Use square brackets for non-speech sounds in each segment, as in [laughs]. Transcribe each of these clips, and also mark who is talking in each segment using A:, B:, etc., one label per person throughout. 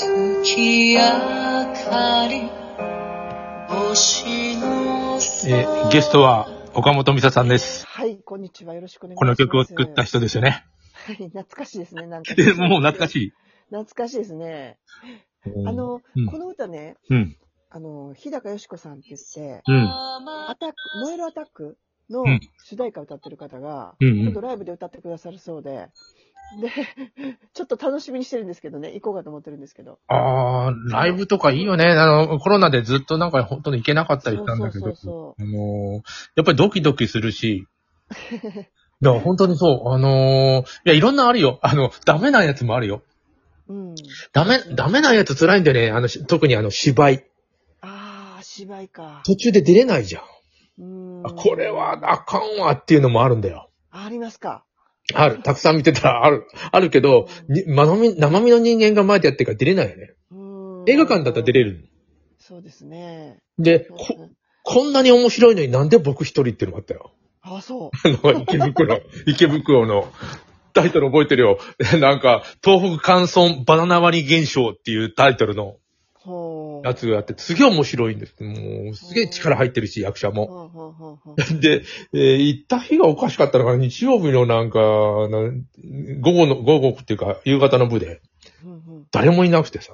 A: 月明かり星の下
B: えーゲストは岡本美沙さんです。
C: はい、こんにちは。よろしくお願いし
B: こ
C: ま
B: の
C: す。
B: 曲を作った人ですよね。
C: はい、懐かしいですね。なんか。
B: えもう懐か
C: い。
B: し
C: 懐かしいですね。
B: い。
C: あの、
B: うん
C: この歌ね、
B: うん、
C: あの、日高よしこさんって言って、
B: うん、
C: アタック、燃えるアタックの
B: うん
C: 主題歌歌ってる方が、
B: うんうん
C: 今度ライブで歌ってくださるそうで、で、 [laughs] ちょっと楽しみにしてるんですけどね、行こうかと思ってるんですけど。
B: あー、ライブとかいいよね。あの、コロナでずっとなんか本当に行けなかったりしたんだけ
C: そ
B: ど
C: うそうそ、
B: あのーやっぱりドキドキする
C: [laughs]
B: し、いや、本当にそう。あのーいや、いろんなあるよ。あの、ダメなやつもあるよ。
C: うん。
B: ダメ、ダメなやつ辛いんだよね。あの、し特にあの、芝居。
C: あー、芝居か。
B: 途中で出れないじゃん。
C: うん
B: あこれは、あかんわっていうのもあるんだよ。
C: ありますか。
B: ある。たくさん見てたらある。あるけど、に生身、生身の人間が前でやってるから出れないよね。
C: うん
B: 映画館だったら出れ。る。
C: そうですね。
B: で、こ、こんなに面白いのになんで僕一人っていうのもあったよ。 [laughs]
C: あ、そう。
B: あの、池袋、池袋のタイトル覚えてるよ。 [laughs] なんか、東北乾村バナナ割り現象っていうタイトルの
C: ほう。
B: やつがあって、すげえ面白いんです。もう、すげえ力入ってるし、役者も。 [laughs]
C: ほうほうほうほう。
B: で、えー行った日がおかしかったのが日曜日のなんか、な午後の、午後っていうか、夕方の部で、
C: うんうん
B: 誰もいなくてさ。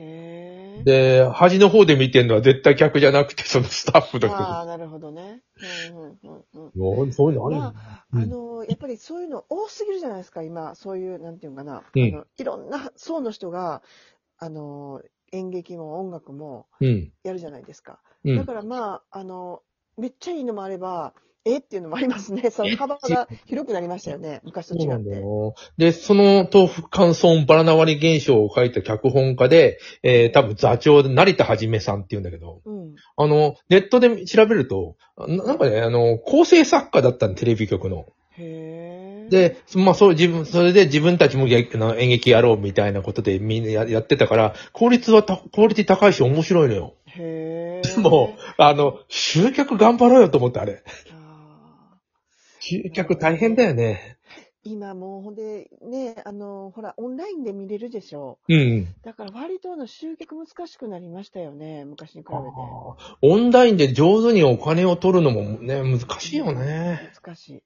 C: へえ。
B: で、端の方で見てるのは絶対客じゃなくて、そのスタッフだ
C: あ
B: か
C: あ、なるほどね。うんうんうんうん
B: ら。もうそういうのあるよ
C: まあ、あのやっぱりそういうの多すぎるじゃないですか、今、そういう、なんていうのかな、
B: うん
C: あのいろんな層の人が、あの、演劇も音楽も
B: うん。
C: やるじゃないですか。
B: う
C: だ
B: ん。
C: からまあ、あの、めっちゃいいのもあれば、えっていうのもありますね。その幅が広くなりましたよね、昔と
B: そう
C: 違
B: な
C: っ
B: んだ
C: て。
B: よ。で、その豆腐乾燥バナナ割り現象を書いた脚本家で、えー、多分座長で成田はじめさんって言うんだけど、
C: うん。
B: あの、ネットで調べると、ななんかね、あの、構成作家だったの、テレビ局の。
C: へえ。、
B: で、まあそう、自分、それで自分たちもやあの演劇やろうみたいなことでみんなややってたから、効率はた、クオリティ高いし面白いのよ。
C: へえ。
B: もう、あの、集客頑張ろうよと思って、あれ。
C: あー
B: 集客大変だよね。
C: 今もうほんでね、あの、ほら、オンラインで見れるでしょ
B: うん。
C: だから割とあの集客難しくなりましたよね、昔に比べて。
B: オンラインで上手にお金を取るのもね、難しいよね。。
C: 難しい。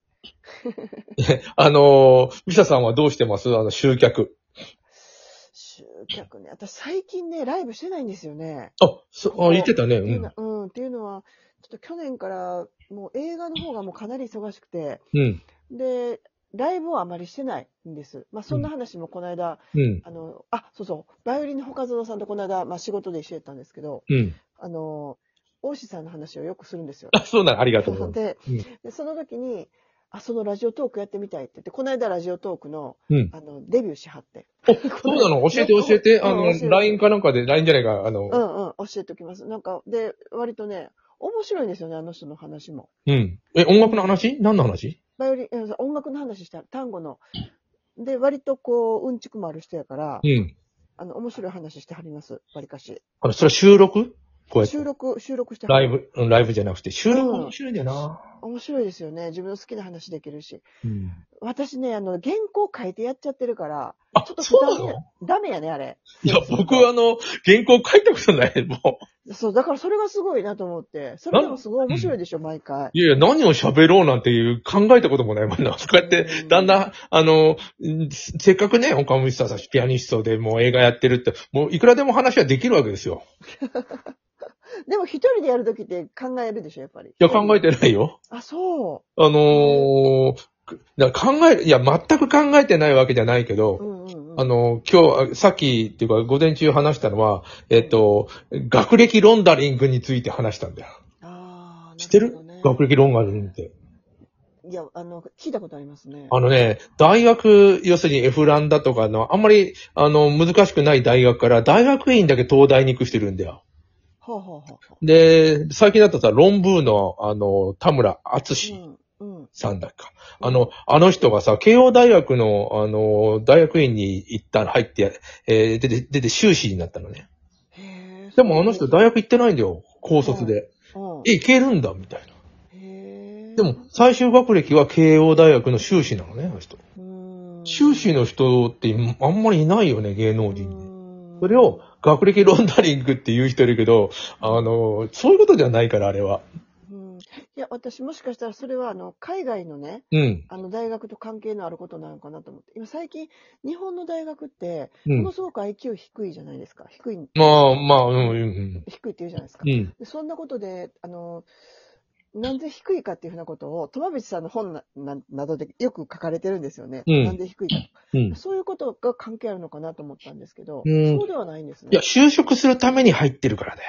B: あのー、ミサさんはどうしてますあの、集客。
C: 集客ね。私最近ね、ライブしてないんですよね。
B: あ、そう、あ言ってたね。
C: う
B: うん。
C: うん、っていうのは、ちょっと去年からもう映画の方がもうかなり忙しくて、
B: うん。
C: で、ライブをあまりしてないんです。まあそんな話もこの間、
B: うん。
C: あの、あ、そうそう、バイオリンの岡園さんとこの間、まあ仕事で一緒やったんですけど、
B: うん。
C: あの、大志さんの話をよくするんですよ。
B: あ、そうなのありがとう
C: そう
B: ござい
C: で
B: うん
C: でその時に、あ、そのラジオトークやってみたいって言って、この間ラジオトークの、
B: うん
C: あの、デビューしはって。 [laughs]
B: ます。そうなの教えて教えて。あ
C: うん教え
B: の、
C: る
B: LINE かなんかで、LINE じゃないか、あ
C: う
B: の、
C: んうん、教えておきます。なんか、で、割とね、面白いんですよね、あの人の話も。
B: うん。え、音楽の話何の話
C: バイオリン、うん音楽の話したら、単語の。で、割とこう、うんちくもある人やから
B: う、ん。
C: あの、面白い話してはります、割かし。
B: あの、それ収録こうやって
C: 収。録、収録しては
B: ライ
C: る。
B: ブ、うんライブじゃなくて、収録
C: うん
B: 面白いんだよな。
C: 面白いですよね。自分の好きな話できるし。
B: うん。
C: 私ね、あの、原稿書いてやっちゃってるから、
B: あ、
C: ちょっと
B: そうな
C: ダメ
B: の
C: やダメやね、あれ。
B: いや、僕はあの、原稿書いたことない。もう。
C: そう、だからそれがすごいなと思って。それでもすごい面白いでしょ、毎回。
B: いやいや、何を喋ろうなんていう考えたこともないもんな。こうやって、だんだん、あの、うんせっかくね、岡本さんさ、ピアニストでもう映画やってるって、もういくらでも話はできるわけですよ。
C: でも一人でやるときって考えるでしょ、やっぱり。い
B: いや、考え。てないよ。
C: あ、そ
B: あのーだから考える、いや、全く考えてないわけじゃないけど、
C: う。うんうんうん。
B: あの、今日、あさっきっていうか、午前中話したのは、えっと、学歴ロンダリングについて話したんだよ。
C: あー
B: 知ってる
C: なほどね
B: 学歴ロンダリングって。
C: いや、あの、聞いたことありますね。
B: あのね、大学、要するにエフランだとかの、あんまり、あの、難しくない大学から、大学院だけ東大に行くしてるんだよ。
C: ほうほうほうほ
B: で、最近だったらさ、論文の、あの、田村厚
C: う。うん。うん。
B: さんだっか。あの、あの人がさ、慶応大学の、あの、大学院に行ったら入って、えー出て、出て修士になったのね。
C: へー
B: でもあの人大学行ってないんだよ、高卒で。
C: うん。
B: え、いけるんだ、みたいな。
C: へー
B: でも、、最終学歴は慶応大学の修士なのね、あの人。
C: うーん。
B: 修士の人ってあんまりいないよね、芸能人で。
C: う
B: それを学歴ロンダリングって言う人いるけど、あの、そういうことではないから、あれは。
C: うん。いや、私もしかしたらそれは、あの、海外のね、
B: うん。
C: あの、大学と関係のあることなのかなと思って。今、最近、日本の大学って、
B: う
C: も
B: ん
C: の。すごく IQ 低いじゃないですか。低い、
B: まあ、まあ、うん、うん。
C: 低いって言うじゃないですか
B: うん。。うん
C: でそんなことで、あの、なんで低いかっていうふうなことを、友淵さんの本なななどでよく書かれてるんですよね。
B: うん
C: なんで低いか。
B: うん。
C: そういうことが関係あるのかなと思ったんですけど、
B: うん
C: そうではないんですね。
B: いや、就職するために入ってるからだよ。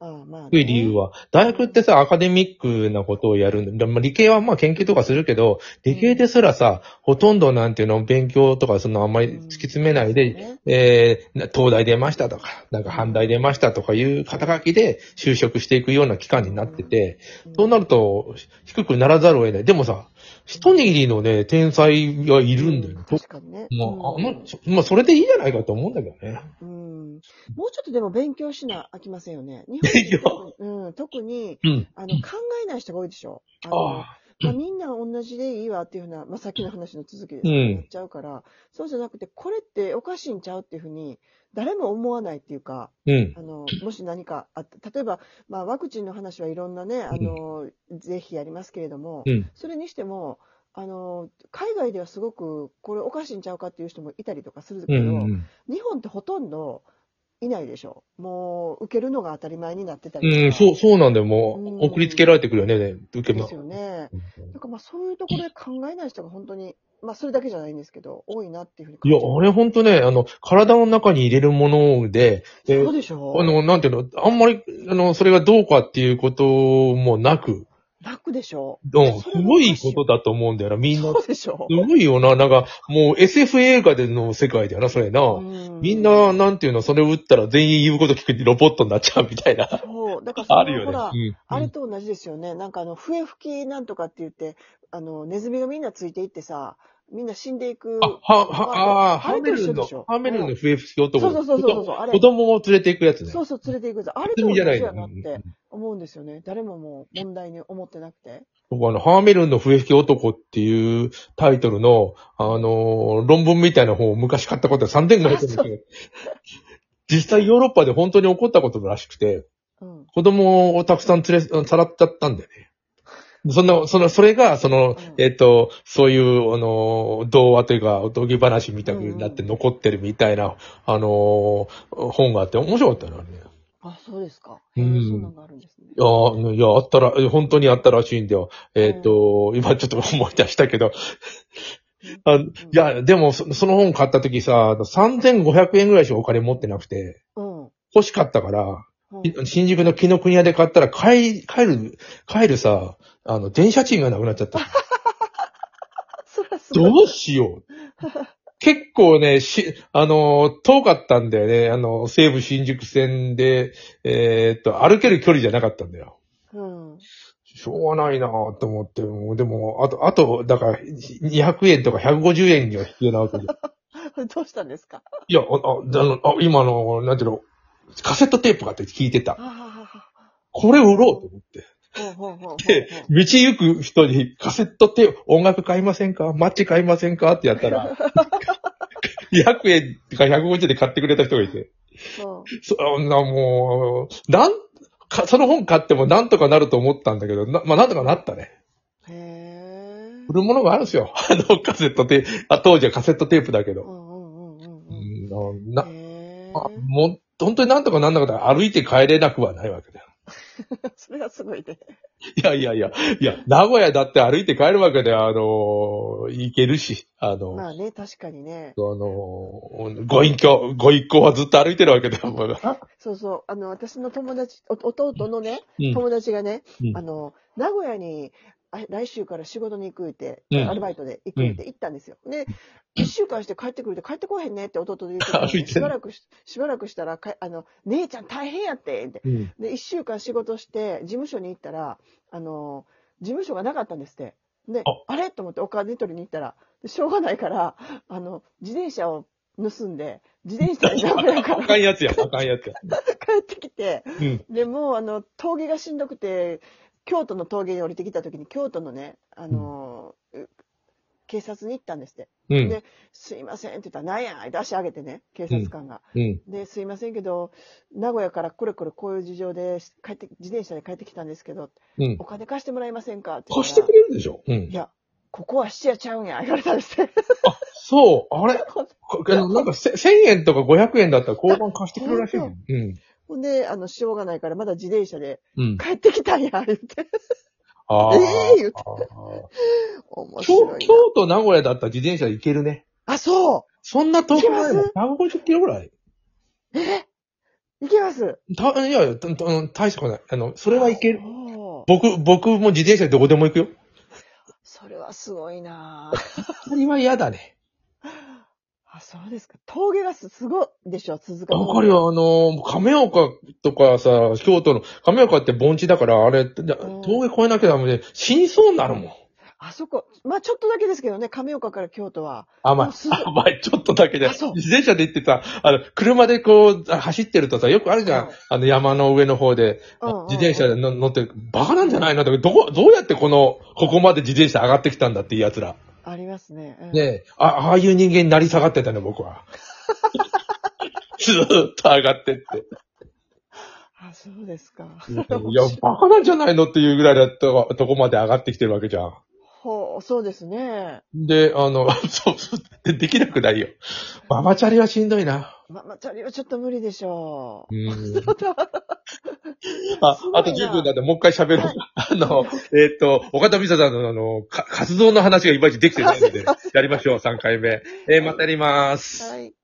C: ああまあね、
B: 低い理由は。大学ってさ、アカデミックなことをやるんだ。まあ理系はまあ研究とかするけど、理系ですらさ、ほとんどなんていうの、勉強とかそのあんまり突き詰めないで、
C: ね
B: えー、な東大出ましたとか、なんか阪大出ましたとかいう肩書きで就職していくような期間になってて、そうなると低くならざるを得ない。でもさ、一握りのね、天才がいるんだ
C: う
B: よ。と
C: 確かにね。
B: まあ、あ
C: うん
B: の、そまあ、それでいいじゃないかと思うんだけどね。
C: うんもうちょっとでも勉強しなあきませんよね。日本
B: 勉強
C: 人特にうん、特に
B: うん。
C: あの考えない人が多いでしょ。あの
B: ああ。
C: まあ、みんな同じでいいわっていうふうな、まあ、さっきの話の続きですね、
B: うん
C: なっちゃうから、そうじゃなくて、これっておかしいんちゃうっていうふうに、誰も思わないっていうか、
B: うん。
C: あの、もし何かあった、例えば、まあ、ワクチンの話はいろんなね、あの、ぜひやりますけれども、
B: うん
C: それにしても、あの、海外ではすごく、これおかしいんちゃうかっていう人もいたりとかする
B: う
C: けど、
B: ん。うん
C: 日本ってほとんどいないでしょ。もう、受けるのが当たり前になってたりとか。
B: うん、そう、そうなんだよ。も
C: うん
B: う、送りつけられてくるよね、受け
C: で
B: ます
C: よね。なんかまあ、そういうところで考えない人が本当に、まあ、それだけじゃないんですけど、多いなっていうふうに
B: い
C: 感
B: や、
C: じ
B: あれほんとね、あの、体の中に入れるもので、で
C: そうでしょ
B: あの、なんていうの、あんまり、あの、それがどうかっていうこともなく、
C: 楽でしょ
B: うんすごいことだと思うんだよな、みんな。
C: そうでしょ
B: すごいよな、なんか、もう SF 映画での世界だよな、それな。みん、
C: う
B: な、なんていうの、それを打ったら全員言うこと聞くロボットになっちゃうみたいな。
C: そう。だからその
B: [laughs] ある
C: ほら
B: よ、ね。
C: あれと同じですよね。なんかあの、笛吹きなんとかって言って、あの、ネズミがみんなついていってさ、みんな死んでいく。
B: あ、は、は、あー、
C: あ
B: ハ
C: れ
B: ーメ
C: と
B: ル
C: 一緒
B: ンの、
C: でしょ
B: ハーメルンの笛吹き男。
C: そうそうそうそうそう、あれ
B: 子。供を連れて行くやつね。
C: そうそう、連れて行くぞ。あれと
B: 罪
C: 同
B: じ
C: じ
B: ゃない
C: や
B: の
C: なっ。て思うんですよね。誰ももう問題に思ってなくて。
B: 僕あの、ハーメルンの笛吹き男っていうタイトルの、あのー論文みたいな本を昔買ったことは3500円ですけど
C: [laughs] あそ
B: 実際ヨーロッパで本当に起こったことらしくて、
C: うん。
B: 子供をたくさん連れ、さらっちゃったんだよね。そんな、その、それが、その
C: うん、
B: えっ、と、そういう、あのー、童話というか、おとぎ話みたいになって残ってるみたいな、あのー本があって面白かったな、ね。
C: あ、そうですか。
B: う
C: へ
B: ん
C: え、そんなのがあるんですね
B: い。やー、いや、あったら、え本当にあったらしいんだよ。えっ、と、今ちょっと思い出したけど。あい
C: い、
B: や、でもそ、その本買った時さ、あの3500円ぐらいしかお金持ってなくて、
C: うん。うん
B: 欲しかったから、い新宿の木の国屋で買ったら、帰り、帰る、帰るさ、あの、電車賃がなくなっちゃった。
C: あそらすごい。
B: どうしよう。結構ね、し、あのー、遠かったんだよね。あの、西武新宿線で、えーっと、歩ける距離じゃなかったんだよ。
C: うん。 [laughs]
B: しょうがないなぁと思って、もうでも、あと、あと、だから、200円とか150円には必要なわけで。
C: どうしたんですか
B: いや、あ、ああの、あ今の、なんていうの、カセットテープがあって聞いてた。
C: あ
B: これ売ろうと思って。
C: あ、ほうほうほうほうほう。
B: で、道行く人にカセットテープ、音楽買いませんかマッチ買いませんかってやったら、200円とか150円で買ってくれた人がいて、
C: うん
B: そんなもう、なん、か、その本買ってもなんとかなると思ったんだけど、な、まあなんとかなったね。
C: へえ。
B: 売るものがあるんですよ。 [laughs] あの、カセットテープ、あ、当時はカセットテープだけ
C: う
B: ど。
C: んうんうんうん
B: う
C: う
B: ん、
C: ん。
B: な、な
C: へ
B: あ
C: え。
B: もう、本当になんとかなんなかったら歩いて帰れなくはないわけだよ。
C: それはすごいね。
B: いやいやいや、いや、名古屋だって歩いて帰るわけで、あのー行けるし、あの
C: まあね、確かにね。
B: あのーご隠居、ご一行はずっと歩いてるわけだよ、僕は
C: そうそう。あの、私の友達、お弟のね、
B: うん
C: 友達がね、
B: うん
C: あの、名古屋に、あ来週から仕事に行くって、
B: うん
C: アルバイトで行くって行ったんですよ。で、一週間して帰ってくるって帰ってこへんねって弟で言っ
B: [laughs]
C: てたの
B: 歩いてんの
C: しばらくし、しばらくしたらか、あの、姉ちゃん大変やって、って。
B: うん。
C: で、一週間仕事して、事務所に行ったら、あの、事務所がなかったんですって。で、
B: あ
C: あれと思ってお金取りに行ったら、でしょうがないから、あの、自転車を盗んで、自転車で名古屋か
B: あ
C: ら
B: か
C: 帰
B: んやつや、あかんやつや。
C: ってきて、
B: うん。
C: でもうあの峠がしんどくて京都の峠に降りてきた時に京都のねあの、う警察に行ったんですって。
B: うん
C: ね。すいませんって言ったら、なんや出し上げてね、警察官が。
B: うん。
C: で、すいませんけど、名古屋からこれこれこういう事情で帰って、自転車で帰ってきたんですけど、
B: うん
C: お。金貸してもらえませんかって言っ
B: 貸
C: た
B: し
C: ら。
B: てくれるでしょうん
C: い。や、ここは質屋ちゃうんや、言われたんですって。 [laughs]
B: そう、あれこあのなんかせ1000円とか500円だったら交番貸してくれるらしいよ。うん。
C: ほんで、あの、しょうがないから、まだ自転車で
B: うん。
C: 帰ってきたんや、言って。
B: ああ。
C: ええ言うて
B: あ
C: 面
B: あ京
C: 白いな。
B: 京都名古屋だったら自転車で行けるね。
C: あ、そ
B: そんな遠くないもん
C: 行。
B: 150キロぐらい。
C: ういけます
B: た、いやいや、たた大したことない。あの、それはいける。
C: おー
B: 僕、僕も自転車でどこでも行くよ。
C: それはすごいな
B: 二人は嫌だね。
C: あ、そうですか。峠がす、すごいでしょ、鈴鹿。
B: わかる。よ、あの、亀岡とかさ、京都の、亀岡って盆地だから、あれ、だ
C: うん
B: 峠越えなきゃダメで、死にそうになるもん。
C: あそこ、まあちょっとだけですけどね、亀岡から京都は。
B: 甘い
C: あ。す
B: [laughs] 甘い。ちょっとだけで。
C: あ
B: 自
C: そう
B: 転車で行ってさ、あの、車でこう、あ走ってるとさ、よくあるじゃ
C: うん
B: ん。あの、山の上の方で、
C: うんうんうん
B: 自転車での乗って、バカなんじゃないのって、どこ、どうやってこの、ここまで自転車上がってきたんだっていう奴ら。
C: ありますね。うん
B: ねえ、あ、ああいう人間になり下がってたね、僕
C: [laughs]
B: は。ずーっと上がってって。
C: あ、そうですか。
B: いや、バカなんじゃないのっていうぐらいだととこまで上がってきてるわけじゃん。
C: ほう、そうですね。
B: で、あの、 [laughs] そう、そうでできなくないよ。ママチャリはしんどいな。
C: ママチャリはちょっと無理でしょ
B: う
C: う。
B: ん。あ
C: すごい、な
B: あと10分なんで、もう一回喋ろうか。あの、えっ、と、岡田美沙さんの、あの、か活動の話がいまいちできてないので、やりましょう、3回目。えーまたやります。
C: はい。